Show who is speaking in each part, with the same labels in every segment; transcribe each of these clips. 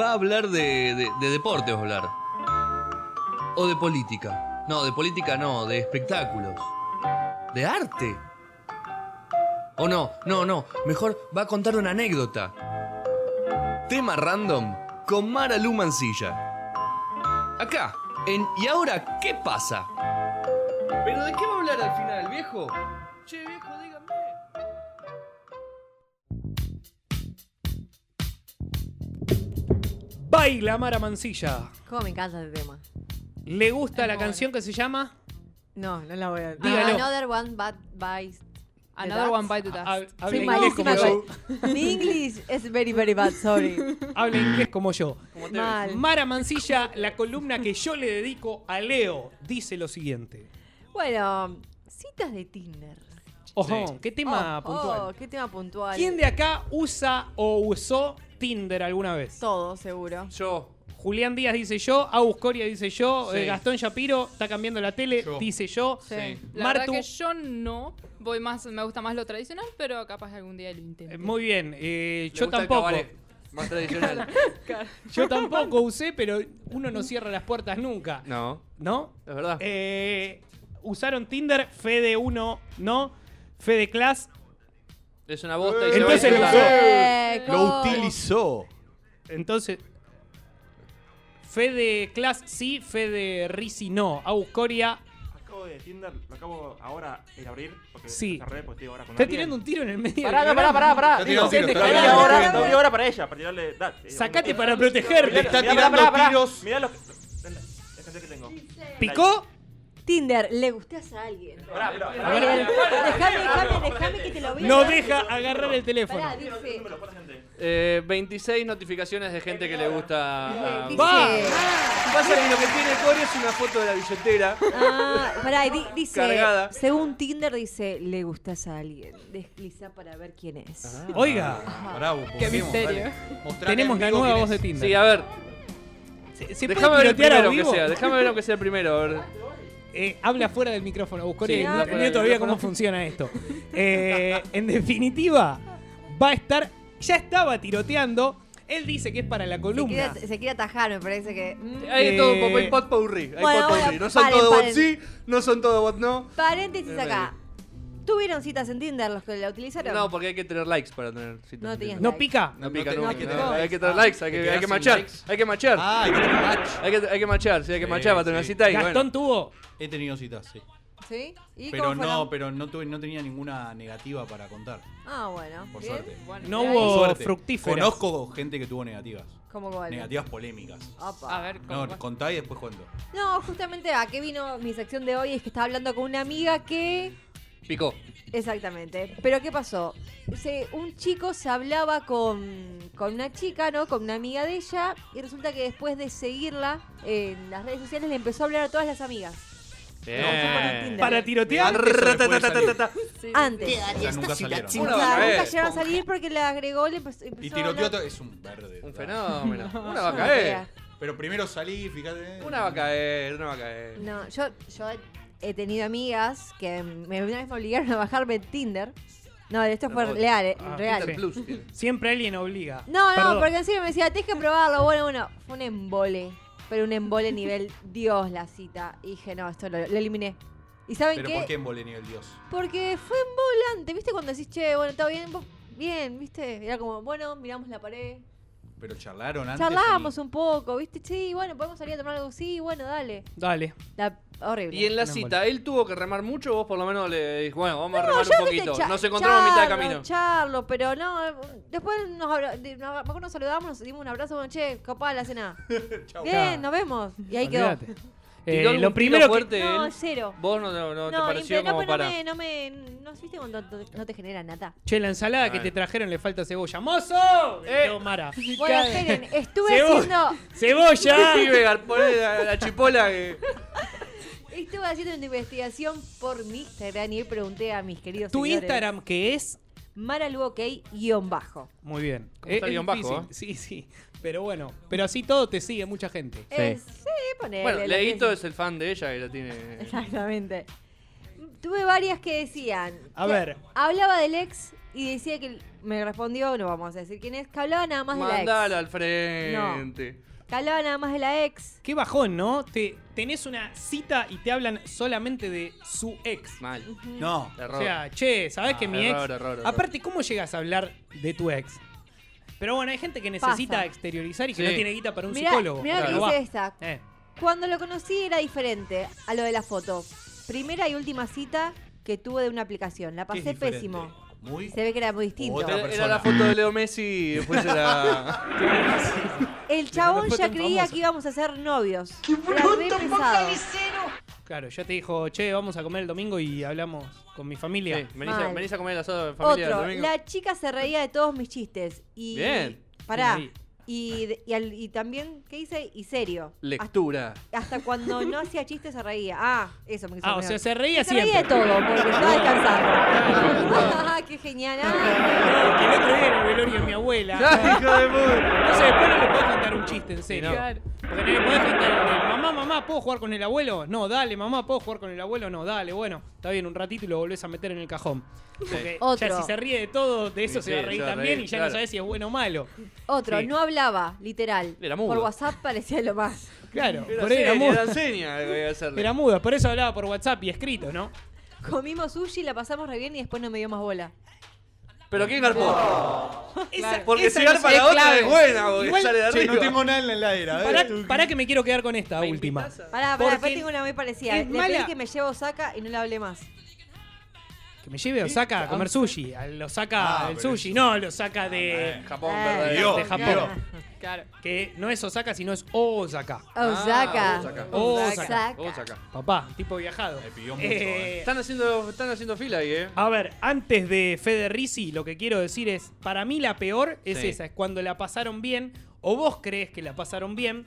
Speaker 1: va a hablar de, de, de deporte, va a hablar. O de política. No, de política no, de espectáculos. De arte. O no, no, no. Mejor va a contar una anécdota. Tema random con Mara Lu Mancilla. Acá, en ¿Y ahora qué pasa? ¿Pero de qué va a hablar al final, viejo? Che, viejo, dígame.
Speaker 2: Baila Mara Mancilla.
Speaker 3: ¿Cómo me encanta este tema?
Speaker 2: ¿Le gusta la
Speaker 3: Amor.
Speaker 2: canción que se llama?
Speaker 3: No, no la voy a
Speaker 2: Dígalo.
Speaker 3: Another one bad bite.
Speaker 4: Another one bite the
Speaker 2: Ha-
Speaker 4: dust.
Speaker 2: Ah, Habla
Speaker 3: Soy
Speaker 2: inglés como
Speaker 3: malísima
Speaker 2: yo.
Speaker 3: con- Mi English es very, very bad, sorry.
Speaker 2: Habla inglés como yo.
Speaker 3: Mal.
Speaker 2: Mara Mancilla, la columna que yo le dedico a Leo, dice lo siguiente.
Speaker 3: Bueno, citas de Tinder.
Speaker 2: Ojo, qué tema
Speaker 3: Oh,
Speaker 2: puntual.
Speaker 3: oh, qué tema puntual.
Speaker 2: ¿Quién de acá usa o usó Tinder alguna vez?
Speaker 3: Todo, seguro.
Speaker 1: Yo,
Speaker 2: Julián Díaz dice yo, Agus Coria dice yo,
Speaker 1: Sí.
Speaker 2: eh, Gastón Shapiro está cambiando la tele,
Speaker 1: Yo.
Speaker 2: dice yo.
Speaker 3: Sí.
Speaker 4: La
Speaker 2: Martu-
Speaker 4: verdad que yo no. Voy más, me gusta más lo tradicional, pero capaz que algún día lo
Speaker 2: Eh,
Speaker 4: intente.
Speaker 2: Muy bien, eh,
Speaker 1: Le
Speaker 2: yo
Speaker 1: gusta el
Speaker 2: tampoco.
Speaker 1: cabaret, Más tradicional.
Speaker 2: Yo tampoco usé, pero uno no cierra las puertas nunca.
Speaker 1: No,
Speaker 2: ¿No?
Speaker 1: es verdad.
Speaker 2: Eh, usaron Tinder, Fede 1, ¿no? Fede Class.
Speaker 1: Es una bosta y se
Speaker 2: Entonces
Speaker 1: va a
Speaker 2: lo
Speaker 1: disfrutar.
Speaker 2: usó.
Speaker 3: Eh,
Speaker 5: Lo
Speaker 3: ¿cómo?
Speaker 5: utilizó.
Speaker 2: Entonces. Fede Class sí, Fede Risi no. Agus Coria.
Speaker 6: Acabo de Tinder, lo acabo ahora de abrir. Porque
Speaker 2: Sí.
Speaker 6: cerré, porque estoy ahora con
Speaker 2: Está
Speaker 6: alguien.
Speaker 2: tirando un tiro en el medio.
Speaker 6: Pará,
Speaker 2: del
Speaker 6: no, pará, pará,
Speaker 2: programa.
Speaker 6: pará.
Speaker 7: Está tirando
Speaker 6: Digo,
Speaker 7: tiros,
Speaker 6: no
Speaker 7: está
Speaker 6: vi
Speaker 7: tirando
Speaker 6: ahora-
Speaker 7: tiros.
Speaker 6: no vi ahora para ella, para tirarle. da, eh,
Speaker 2: Sacate
Speaker 6: un-
Speaker 2: para
Speaker 6: Mirá,
Speaker 2: protegerte.
Speaker 7: Está
Speaker 6: mirá,
Speaker 7: tirando
Speaker 6: pará, pará.
Speaker 7: tiros.
Speaker 6: Mirá los. la cantidad que tengo.
Speaker 2: ¿Picó?
Speaker 3: Tinder, le gustas a alguien.
Speaker 6: Pará, pará, pará.
Speaker 2: A ver.
Speaker 3: Déjame, déjame, déjame que te lo vea.
Speaker 2: No deja agarrar el teléfono.
Speaker 3: Pará,
Speaker 6: Digo, ¿qué
Speaker 3: dice.
Speaker 6: número? ¿Cuánta gente?
Speaker 1: Eh, 26 notificaciones de gente que le gusta.
Speaker 3: Eh, dice-
Speaker 1: Pasa que lo que tiene Core es una foto de la billetera.
Speaker 3: Ah, pará, y di- dice.
Speaker 1: Cargada.
Speaker 3: Según Tinder, dice, le gustas a alguien. Desliza para ver quién es.
Speaker 1: Ah,
Speaker 2: Oiga,
Speaker 7: Bravo,
Speaker 4: Qué misterio.
Speaker 2: tenemos la nueva voz de Tinder.
Speaker 1: Sí, a ver.
Speaker 2: ¿Se, se
Speaker 1: Déjame
Speaker 2: puede
Speaker 1: ver el
Speaker 2: tirotear
Speaker 1: primero
Speaker 2: a
Speaker 1: que
Speaker 2: vivo?
Speaker 1: sea. Déjame ver aunque sea el primero. A ver.
Speaker 2: Eh, habla fuera del micrófono, Buscori.
Speaker 1: Sí,
Speaker 2: no
Speaker 1: habla fuera
Speaker 2: entendió
Speaker 1: del
Speaker 2: todavía
Speaker 1: micrófono.
Speaker 2: cómo funciona esto. Eh, en definitiva, va a estar. Ya estaba tiroteando. Él dice que es para la
Speaker 3: Se
Speaker 2: columna.
Speaker 3: quiere, se quiere atajar, me parece que. mm.
Speaker 1: Hay de todo,
Speaker 2: Eh,
Speaker 1: hay pot pourri. Hay
Speaker 3: bueno,
Speaker 1: pot
Speaker 3: bueno,
Speaker 1: pourri. No son
Speaker 3: paren,
Speaker 1: todos bots
Speaker 3: paren.
Speaker 1: sí, no son todos bots no.
Speaker 3: Paréntesis
Speaker 1: Tremendo.
Speaker 3: acá. ¿Tuvieron citas en Tinder los que la utilizaron?
Speaker 1: No, porque hay que tener likes para tener citas.
Speaker 3: No
Speaker 1: en Tinder.
Speaker 3: tenías
Speaker 2: ¿No pica?
Speaker 1: No pica
Speaker 7: No, no
Speaker 1: nunca,
Speaker 7: hay que
Speaker 1: no.
Speaker 7: tener
Speaker 1: Hay
Speaker 7: likes.
Speaker 1: que tener
Speaker 7: Ah,
Speaker 1: likes, hay que,
Speaker 7: te
Speaker 1: hay
Speaker 7: quedas
Speaker 1: que
Speaker 7: sin
Speaker 1: machar.
Speaker 7: likes.
Speaker 1: Hay que machar.
Speaker 7: Ah, que tiene match.
Speaker 1: Hay, que, hay que machar, sí, hay que
Speaker 7: Sí,
Speaker 1: machar para tener una
Speaker 7: sí.
Speaker 1: cita y
Speaker 2: Gastón
Speaker 1: bueno.
Speaker 2: tuvo.
Speaker 7: He tenido citas, sí.
Speaker 3: ¿Sí? ¿Y
Speaker 7: Pero
Speaker 3: cómo fueron?
Speaker 7: no, pero no, tuve, no tenía ninguna negativa para contar,
Speaker 3: Ah, bueno.
Speaker 7: por
Speaker 3: bien.
Speaker 7: suerte.
Speaker 4: Bueno,
Speaker 2: No
Speaker 4: de ahí-
Speaker 7: Por
Speaker 2: hubo
Speaker 7: suerte.
Speaker 2: fructíferas.
Speaker 7: Conozco gente que tuvo negativas.
Speaker 3: ¿Cómo cuál?
Speaker 7: Negativas polémicas.
Speaker 3: Opa.
Speaker 4: A ver, ¿cómo
Speaker 7: No, contá y después cuento.
Speaker 3: No, justamente a qué vino mi sección de hoy es que estaba hablando con una amiga que.
Speaker 1: Picó.
Speaker 3: Exactamente. Pero ¿qué pasó? Se- un chico se hablaba con, con una chica, ¿no? Con una amiga de ella. Y resulta que después de seguirla en las redes sociales le empezó a hablar a todas las amigas.
Speaker 1: Bien.
Speaker 3: Tinder.
Speaker 2: Para tirotear.
Speaker 7: Antes o después de salir.
Speaker 3: Antes.
Speaker 7: O sea, nunca salieron.
Speaker 1: sin- Una
Speaker 3: Claro,
Speaker 1: vez.
Speaker 3: nunca llegaron a salir porque le agregó, le empezó, empezó
Speaker 7: Y
Speaker 3: a hablar-
Speaker 7: tiroteó todo. Es un verde.
Speaker 1: Un
Speaker 7: ¿verdad?
Speaker 1: fenómeno. Una va a caer.
Speaker 7: Pero primero salí, fíjate.
Speaker 1: Una va a caer, una va a caer.
Speaker 3: No, yo, yo he tenido amigas que me, una vez me obligaron a bajarme en Tinder. No, esto fue
Speaker 1: Pero-
Speaker 3: real, eh,
Speaker 2: Ah,
Speaker 3: real.
Speaker 1: Tinder Plus tiene.
Speaker 2: Siempre alguien obliga.
Speaker 3: No, no,
Speaker 2: Perdón.
Speaker 3: porque en serio me decía, tenés que probarlo. Bueno, bueno, fue un embole. Pero un embole nivel Dios la cita. Y dije, no, esto lo, lo eliminé. ¿Y saben
Speaker 7: Pero
Speaker 3: qué?
Speaker 7: ¿por qué en Boleni el Dios?
Speaker 3: Porque fue embolante, ¿viste? Cuando decís, che, bueno, todo bien, Vos- bien, ¿viste? Era como, bueno, miramos la pared.
Speaker 7: Pero charlaron antes.
Speaker 3: Charlábamos
Speaker 7: y-
Speaker 3: un poco, ¿viste? Sí, bueno, podemos salir a tomar algo. Sí, bueno, dale.
Speaker 2: Dale.
Speaker 3: La- horrible.
Speaker 1: Y en la
Speaker 2: No,
Speaker 1: cita, él tuvo que remar mucho, vos por lo menos le dijiste, bueno, vamos a
Speaker 3: No,
Speaker 1: remar
Speaker 3: yo
Speaker 1: un
Speaker 3: viste,
Speaker 1: poquito.
Speaker 3: cha-
Speaker 1: Nos encontramos a mitad de
Speaker 3: charlo,
Speaker 1: camino.
Speaker 3: Charlo, pero no. Después nos, abra- de- nos- mejor nos saludamos, nos dimos un abrazo. Bueno, che, copada la cena.
Speaker 7: Chau.
Speaker 3: Bien, nos vemos. Y ahí quedó.
Speaker 2: Olvídate. Eh,
Speaker 1: Tiró algún
Speaker 2: lo
Speaker 1: tiro
Speaker 2: primero que.
Speaker 1: fuerte
Speaker 3: No,
Speaker 1: él.
Speaker 3: cero.
Speaker 1: Vos no, no, no te
Speaker 3: no,
Speaker 1: pareció
Speaker 3: pero no,
Speaker 1: como
Speaker 3: pero
Speaker 1: para.
Speaker 3: no me, no me. No, ¿viste cuando no te- no te genera nada?
Speaker 2: Che, la ensalada que
Speaker 1: Ah.
Speaker 7: Ay.
Speaker 2: te trajeron le falta cebolla. ¡Mozo!
Speaker 1: Eh.
Speaker 2: Gritó Mara.
Speaker 3: Bueno, esperen, estuve
Speaker 2: Cebo-
Speaker 3: haciendo.
Speaker 2: ¡Cebolla!
Speaker 1: Sí, Vegar, poné la, la chipola que.
Speaker 3: Estuve haciendo una investigación por mi Instagram y pregunté a mis queridos.
Speaker 2: tu
Speaker 3: seguidores.
Speaker 2: Instagram, que es
Speaker 3: Maraluok-bajo.
Speaker 2: Muy bien.
Speaker 1: Como está guión bajo, ¿eh?
Speaker 2: difícil. Sí, sí. Pero bueno, pero así todo te sigue mucha gente.
Speaker 1: Sí.
Speaker 3: Eh, sí, ponele.
Speaker 1: Bueno,
Speaker 3: lo que
Speaker 1: Leguito
Speaker 3: es.
Speaker 1: es el fan de ella y la tiene.
Speaker 3: Exactamente. Tuve varias que decían.
Speaker 2: A
Speaker 3: que
Speaker 2: ver.
Speaker 3: Hablaba del ex y decía que. Me respondió, no vamos a decir quién es, que hablaba nada más de la
Speaker 1: Mandala
Speaker 3: ex.
Speaker 1: al frente.
Speaker 3: Que hablaba nada más de la ex.
Speaker 2: Qué bajón, ¿no? Te, tenés una cita y te hablan solamente de su ex.
Speaker 1: Mal.
Speaker 7: No.
Speaker 1: Error.
Speaker 2: O sea, che, ¿sabés
Speaker 7: Ah,
Speaker 2: que mi ex?
Speaker 1: error, error, error.
Speaker 2: Aparte, ¿cómo llegas a hablar de tu ex? Pero bueno, hay gente que necesita
Speaker 3: Pasa.
Speaker 2: exteriorizar y que
Speaker 1: Sí.
Speaker 2: no tiene guita para un
Speaker 3: Mirá,
Speaker 2: psicólogo.
Speaker 3: mirá lo que
Speaker 1: claro.
Speaker 2: No
Speaker 3: dice
Speaker 2: va.
Speaker 3: esta.
Speaker 2: Eh,
Speaker 3: Cuando lo conocí era diferente a lo de la foto. Primera y última cita que tuve de una aplicación. La
Speaker 7: ¿Qué es
Speaker 3: pasé
Speaker 7: diferente?
Speaker 3: pésimo.
Speaker 7: Muy.
Speaker 3: Se ve que era muy distinto.
Speaker 7: Otra
Speaker 1: Era,
Speaker 7: persona.
Speaker 1: era la foto de Leo Messi y después era.
Speaker 3: El chabón
Speaker 2: fue
Speaker 3: ya
Speaker 2: tan
Speaker 3: creía
Speaker 2: famosa.
Speaker 3: que íbamos a ser novios. Era re pesado.
Speaker 2: claro, ya te dijo, che, vamos a comer el domingo y hablamos con mi familia.
Speaker 1: Sí, venís, a,
Speaker 3: Mal.
Speaker 1: venís a comer el asado de familia
Speaker 3: Otro,
Speaker 1: el domingo.
Speaker 3: la chica se reía de todos mis chistes. Y,
Speaker 1: Bien.
Speaker 3: Pará.
Speaker 2: Ahí.
Speaker 3: Y, de- y, al- y también, ¿qué dice? Y serio. Hasta,
Speaker 1: Lectura.
Speaker 3: hasta cuando no hacía chistes se reía. Ah, eso me quiso
Speaker 2: Ah, o
Speaker 3: poner.
Speaker 2: sea, se reía
Speaker 3: Se reía de
Speaker 2: siempre.
Speaker 3: todo, porque estaba descansando. ¡Qué genial! ah.
Speaker 2: No, que el otro día en el velorio de mi abuela.
Speaker 1: ¡Hijo de puta!
Speaker 2: Entonces después no le podés contar un chiste, en serio.
Speaker 1: No.
Speaker 4: Claro.
Speaker 2: Porque no le podés contar, eh, mamá, mamá, ¿puedo jugar con el abuelo? No, dale, mamá, ¿puedo jugar con el abuelo? No, dale, bueno, está bien, un ratito y lo volvés a meter en el cajón. Porque
Speaker 3: Otro.
Speaker 2: ya si se ríe de todo, de eso
Speaker 1: Sí,
Speaker 2: se va a
Speaker 1: sí,
Speaker 2: reír
Speaker 1: se va a
Speaker 2: también
Speaker 1: reír,
Speaker 2: y ya no
Speaker 1: claro.
Speaker 2: sabés si es bueno o malo.
Speaker 3: Otro,
Speaker 2: Sí.
Speaker 3: no hablaba, literal.
Speaker 1: Era mudo.
Speaker 3: Por WhatsApp parecía lo más.
Speaker 2: Claro,
Speaker 1: Era
Speaker 2: por ahí era
Speaker 1: seña,
Speaker 2: muda.
Speaker 1: era seña que voy a hacerle.
Speaker 2: Era muda, por eso hablaba por WhatsApp y escrito, ¿no?
Speaker 3: Comimos sushi, la pasamos re bien y después no me dio más bola.
Speaker 1: Pero ¿quién garpó?
Speaker 2: Esa-
Speaker 1: Porque
Speaker 2: esa
Speaker 1: si
Speaker 2: no
Speaker 1: garpa
Speaker 2: sé,
Speaker 1: la otra
Speaker 2: clave.
Speaker 1: es buena, porque
Speaker 2: Igual-
Speaker 1: sale de
Speaker 7: Che,
Speaker 1: arriba.
Speaker 7: no tengo nada en la heladera. a ver.
Speaker 2: Pará, pará que me quiero quedar con esta última.
Speaker 3: Pará, pará, después
Speaker 2: Porque
Speaker 3: tengo una muy parecida.
Speaker 2: es
Speaker 3: Le pedí
Speaker 2: mala.
Speaker 3: que me lleve a Osaka y no le hablé más.
Speaker 2: Que me lleve a Osaka a comer sushi. A- Lo saca
Speaker 7: Ah,
Speaker 2: del
Speaker 7: pero
Speaker 2: sushi.
Speaker 7: eso-
Speaker 2: No, lo saca de.
Speaker 1: Japón,
Speaker 3: Eh.
Speaker 1: verdadero.
Speaker 7: Dios,
Speaker 2: de Japón.
Speaker 7: Dios.
Speaker 4: Claro.
Speaker 2: Que no es Osaka, sino es Ah, Osaka.
Speaker 3: Osaka.
Speaker 1: Osaka.
Speaker 2: Osaka.
Speaker 1: Vamos acá.
Speaker 2: Papá, tipo viajado.
Speaker 7: Me pidió mucho, eh.
Speaker 1: Están haciendo, están haciendo fila ahí, eh.
Speaker 2: A ver, antes de Fede Risi, lo que quiero decir es, para mí la peor es
Speaker 1: Sí.
Speaker 2: esa, es cuando la pasaron bien, o vos crees que la pasaron bien,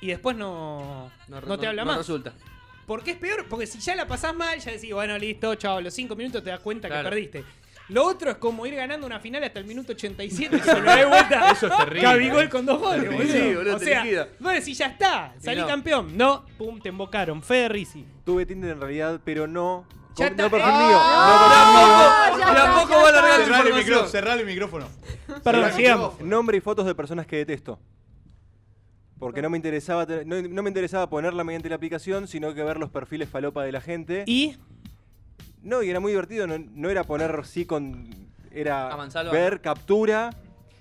Speaker 2: y después no, no, te habla más.
Speaker 1: resulta.
Speaker 2: ¿Por qué es peor? Porque si ya la pasás mal, ya decís, bueno, listo, chao, a los cinco minutos te das cuenta
Speaker 1: Claro.
Speaker 2: que perdiste. Lo otro es como ir ganando una final hasta el minuto 87 y se lo da de vuelta. Eso es terrible. Cabigol con dos goles,
Speaker 1: eh. Sí,
Speaker 2: boludo.
Speaker 1: boludo,
Speaker 2: o
Speaker 1: te
Speaker 2: sea,
Speaker 1: liquida.
Speaker 2: vos decís, ya está, salí
Speaker 1: no.
Speaker 2: campeón. No, pum, te embocaron. Fede Risi.
Speaker 5: Tuve Tinder en realidad, pero no.
Speaker 2: Ya
Speaker 5: con-
Speaker 2: está.
Speaker 5: no
Speaker 2: Oh.
Speaker 5: perfil mío.
Speaker 3: Ah, ya está,
Speaker 1: Tampoco
Speaker 3: ya
Speaker 1: va a
Speaker 3: está.
Speaker 1: largar
Speaker 7: Cerrale el
Speaker 1: información.
Speaker 7: micrófono. Cerrale el micrófono.
Speaker 2: Perdón,
Speaker 7: Cerrale el
Speaker 2: sigamos.
Speaker 7: micrófono.
Speaker 5: Nombre y fotos de personas que detesto. Porque no me interesaba tener- no, no me interesaba ponerla mediante la aplicación, sino que ver los perfiles falopa de la gente.
Speaker 2: Y
Speaker 5: No, y era muy divertido, no, no era poner sí con. Era
Speaker 1: A Mansalva.
Speaker 5: ver, captura,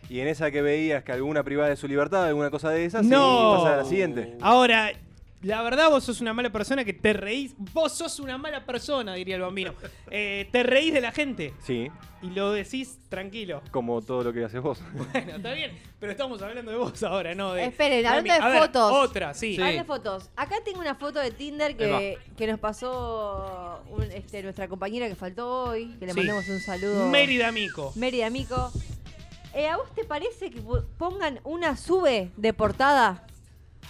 Speaker 5: y en esa que veías que alguna privada de su libertad, alguna cosa de esas,
Speaker 2: No.
Speaker 5: y pasar a la siguiente.
Speaker 2: Ahora, la verdad vos sos una mala persona que te reís. Vos sos una mala persona, diría el bambino. Eh, te reís de la gente
Speaker 5: Sí,
Speaker 2: y lo decís tranquilo.
Speaker 5: como todo lo que haces vos.
Speaker 2: Bueno, está bien, pero estamos hablando de vos ahora, no de.
Speaker 3: Esperen,
Speaker 2: de
Speaker 3: hablando
Speaker 2: mí.
Speaker 3: de
Speaker 2: A ver,
Speaker 3: fotos.
Speaker 2: Otra, sí.
Speaker 1: Sí.
Speaker 3: Hazle fotos. Acá tengo una foto de Tinder
Speaker 1: Ahí
Speaker 3: que, que nos pasó un- este, nuestra compañera que faltó hoy, que le
Speaker 2: Sí.
Speaker 3: mandemos un saludo.
Speaker 2: Mérida Mico.
Speaker 3: Mérida Mico. Eh, ¿A vos te parece que pu- pongan una sube de portada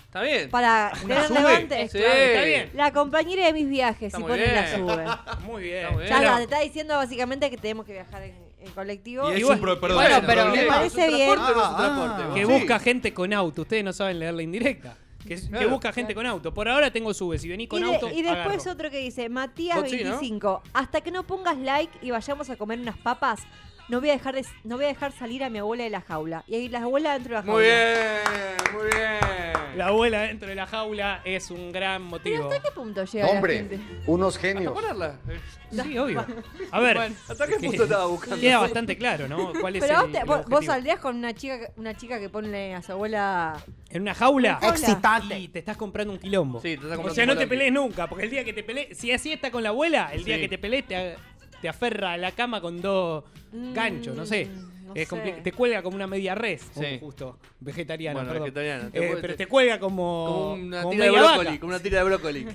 Speaker 1: Está bien.
Speaker 3: para tener levante?
Speaker 2: Es clave, Está bien.
Speaker 3: La compañera de mis viajes,
Speaker 1: Está
Speaker 3: si
Speaker 1: muy
Speaker 3: ponen la
Speaker 1: bien.
Speaker 3: sube.
Speaker 2: Muy
Speaker 1: Está muy
Speaker 2: bien.
Speaker 1: bien. Pero-
Speaker 3: Ya está, te está diciendo básicamente que tenemos que viajar en, en colectivo.
Speaker 7: Y es
Speaker 2: bueno,
Speaker 7: un pro- perdón,
Speaker 4: bueno,
Speaker 7: es un
Speaker 4: pero-
Speaker 7: problema.
Speaker 3: Me parece
Speaker 1: Es un
Speaker 3: bien.
Speaker 1: transporte, no es un
Speaker 7: Ah,
Speaker 1: transporte,
Speaker 7: ah.
Speaker 1: vos.
Speaker 2: Que
Speaker 1: Sí.
Speaker 2: busca gente con auto. Ustedes no saben leer la indirecta. Que, que
Speaker 1: Claro.
Speaker 2: busca gente con auto. Por ahora tengo sube. Si venís con
Speaker 3: y, de-
Speaker 2: auto.
Speaker 3: y después
Speaker 2: agarro.
Speaker 3: otro que dice, Matías
Speaker 1: Vos sí, ¿no?
Speaker 3: 25, hasta que no pongas like y vayamos a comer unas papas, no voy a dejar de- no voy a dejar salir a mi abuela de la jaula. Y ahí la abuela dentro de la jaula.
Speaker 1: Muy bien, muy bien.
Speaker 2: La abuela dentro de la jaula es un gran
Speaker 3: Pero
Speaker 2: motivo.
Speaker 3: ¿hasta qué punto llega la
Speaker 8: Hombre,
Speaker 3: gente?
Speaker 8: unos
Speaker 1: ¿Hasta
Speaker 8: genios.
Speaker 1: ponerla? Eh,
Speaker 2: Sí, obvio. A ver.
Speaker 1: Bueno, ¿hasta qué
Speaker 2: que-
Speaker 1: punto estaba buscando?
Speaker 2: Queda bastante claro, ¿no? ¿Cuál es
Speaker 3: Pero
Speaker 2: el-
Speaker 3: vos, te-
Speaker 2: el
Speaker 3: vos- vos
Speaker 2: objetivo.
Speaker 3: saldrías con una chica, que- una chica que pone a su abuela...
Speaker 2: En una jaula.
Speaker 3: Hola.
Speaker 2: Y te estás comprando un quilombo.
Speaker 1: Sí, te estás comprando
Speaker 2: o sea, no
Speaker 1: un
Speaker 2: te
Speaker 1: volante.
Speaker 2: pelees nunca, porque el día que te pelees, si así está con la abuela, el día
Speaker 1: Sí.
Speaker 2: que te pelees te, a- te aferra a la cama con dos
Speaker 3: Mm,
Speaker 2: ganchos, no sé.
Speaker 3: no
Speaker 2: Es
Speaker 3: sé.
Speaker 2: compli- Te cuelga como una media res,
Speaker 1: Sí.
Speaker 2: Oh, justo. Vegetariana,
Speaker 1: Bueno,
Speaker 2: perdón.
Speaker 1: vegetariana.
Speaker 2: Eh,
Speaker 1: Te-
Speaker 2: pero
Speaker 1: te-
Speaker 2: te cuelga como,
Speaker 1: Como una
Speaker 2: como
Speaker 1: tira de
Speaker 2: media vaca.
Speaker 1: brócoli, como una tira de brócoli.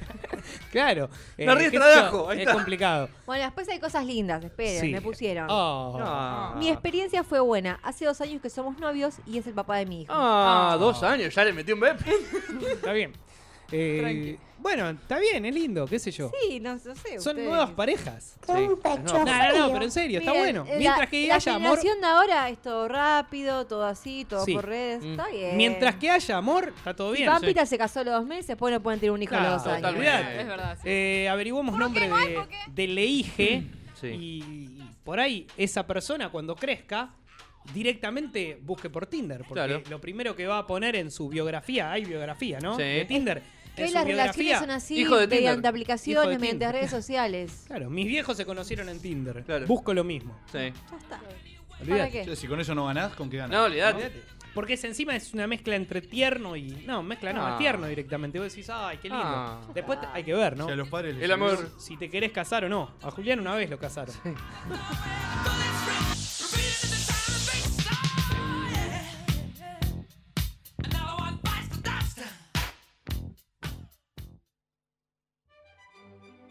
Speaker 2: Claro.
Speaker 1: La
Speaker 2: Eh,
Speaker 1: riestra
Speaker 2: qué sé yo,
Speaker 1: abajo, ahí
Speaker 2: Es
Speaker 1: está.
Speaker 2: complicado.
Speaker 3: Bueno, después hay cosas lindas, esperen,
Speaker 2: Sí.
Speaker 3: me pusieron.
Speaker 2: Oh.
Speaker 1: Ah.
Speaker 3: Mi experiencia fue buena. Hace dos años que somos novios y es el papá de mi hijo.
Speaker 1: Ah, dos años, ya le metí un bebé.
Speaker 2: Está bien. Eh,
Speaker 4: Tranqui.
Speaker 2: bueno, está bien, es lindo, qué sé yo.
Speaker 3: Sí, no, no sé.
Speaker 2: Son
Speaker 3: ustedes.
Speaker 2: nuevas parejas. No,
Speaker 1: No,
Speaker 2: no, no, pero en serio, está
Speaker 3: Miren,
Speaker 2: bueno.
Speaker 3: eh,
Speaker 2: Mientras
Speaker 3: la-
Speaker 2: que
Speaker 3: la
Speaker 2: haya amor.
Speaker 3: generación de ahora es todo rápido, todo así, todo
Speaker 2: Sí.
Speaker 3: por redes.
Speaker 2: Mm.
Speaker 3: Está bien.
Speaker 2: Mientras que haya amor, está todo
Speaker 3: Si
Speaker 2: bien.
Speaker 3: Pampita se casó a los dos meses, pues no pueden tener un hijo a
Speaker 2: Claro,
Speaker 3: los dos años.
Speaker 2: totalmente. olvidate.
Speaker 4: Es verdad. sí.
Speaker 2: Eh, averiguamos nombre de, del EIGE
Speaker 1: Sí.
Speaker 2: y, y por ahí esa persona cuando crezca directamente busque por Tinder. Porque
Speaker 1: Claro.
Speaker 2: lo primero que va a poner en su biografía, hay biografía, ¿no?
Speaker 1: Sí.
Speaker 2: De Tinder.
Speaker 3: Que
Speaker 2: en su
Speaker 3: las
Speaker 2: biografía,
Speaker 3: relaciones son así,
Speaker 1: Hijo de Tinder.
Speaker 3: mediante
Speaker 2: Hijo de
Speaker 3: aplicaciones, mediante
Speaker 2: Tinder.
Speaker 3: redes sociales.
Speaker 2: Claro, mis viejos se conocieron en Tinder.
Speaker 1: Claro.
Speaker 2: Busco lo mismo.
Speaker 1: Sí.
Speaker 3: Ya está. ¿Para
Speaker 2: Olvídate.
Speaker 3: qué?
Speaker 7: Si con eso no ganás, ¿con qué ganás?
Speaker 1: No, olvidate.
Speaker 2: Porque es encima es una mezcla entre tierno y. No, mezcla no,
Speaker 1: Ah.
Speaker 2: tierno directamente. Vos decís, ay, qué lindo.
Speaker 1: Ah.
Speaker 2: Después te- hay que ver, ¿no?
Speaker 7: Si a los padres les-
Speaker 1: El amor.
Speaker 2: Si te querés casar o no. A Julián una vez lo casaron.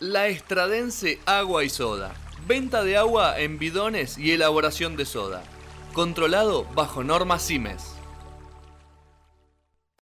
Speaker 1: La Estradense Agua y Soda. Venta de agua en bidones y elaboración de soda. Controlado bajo normas CIMES.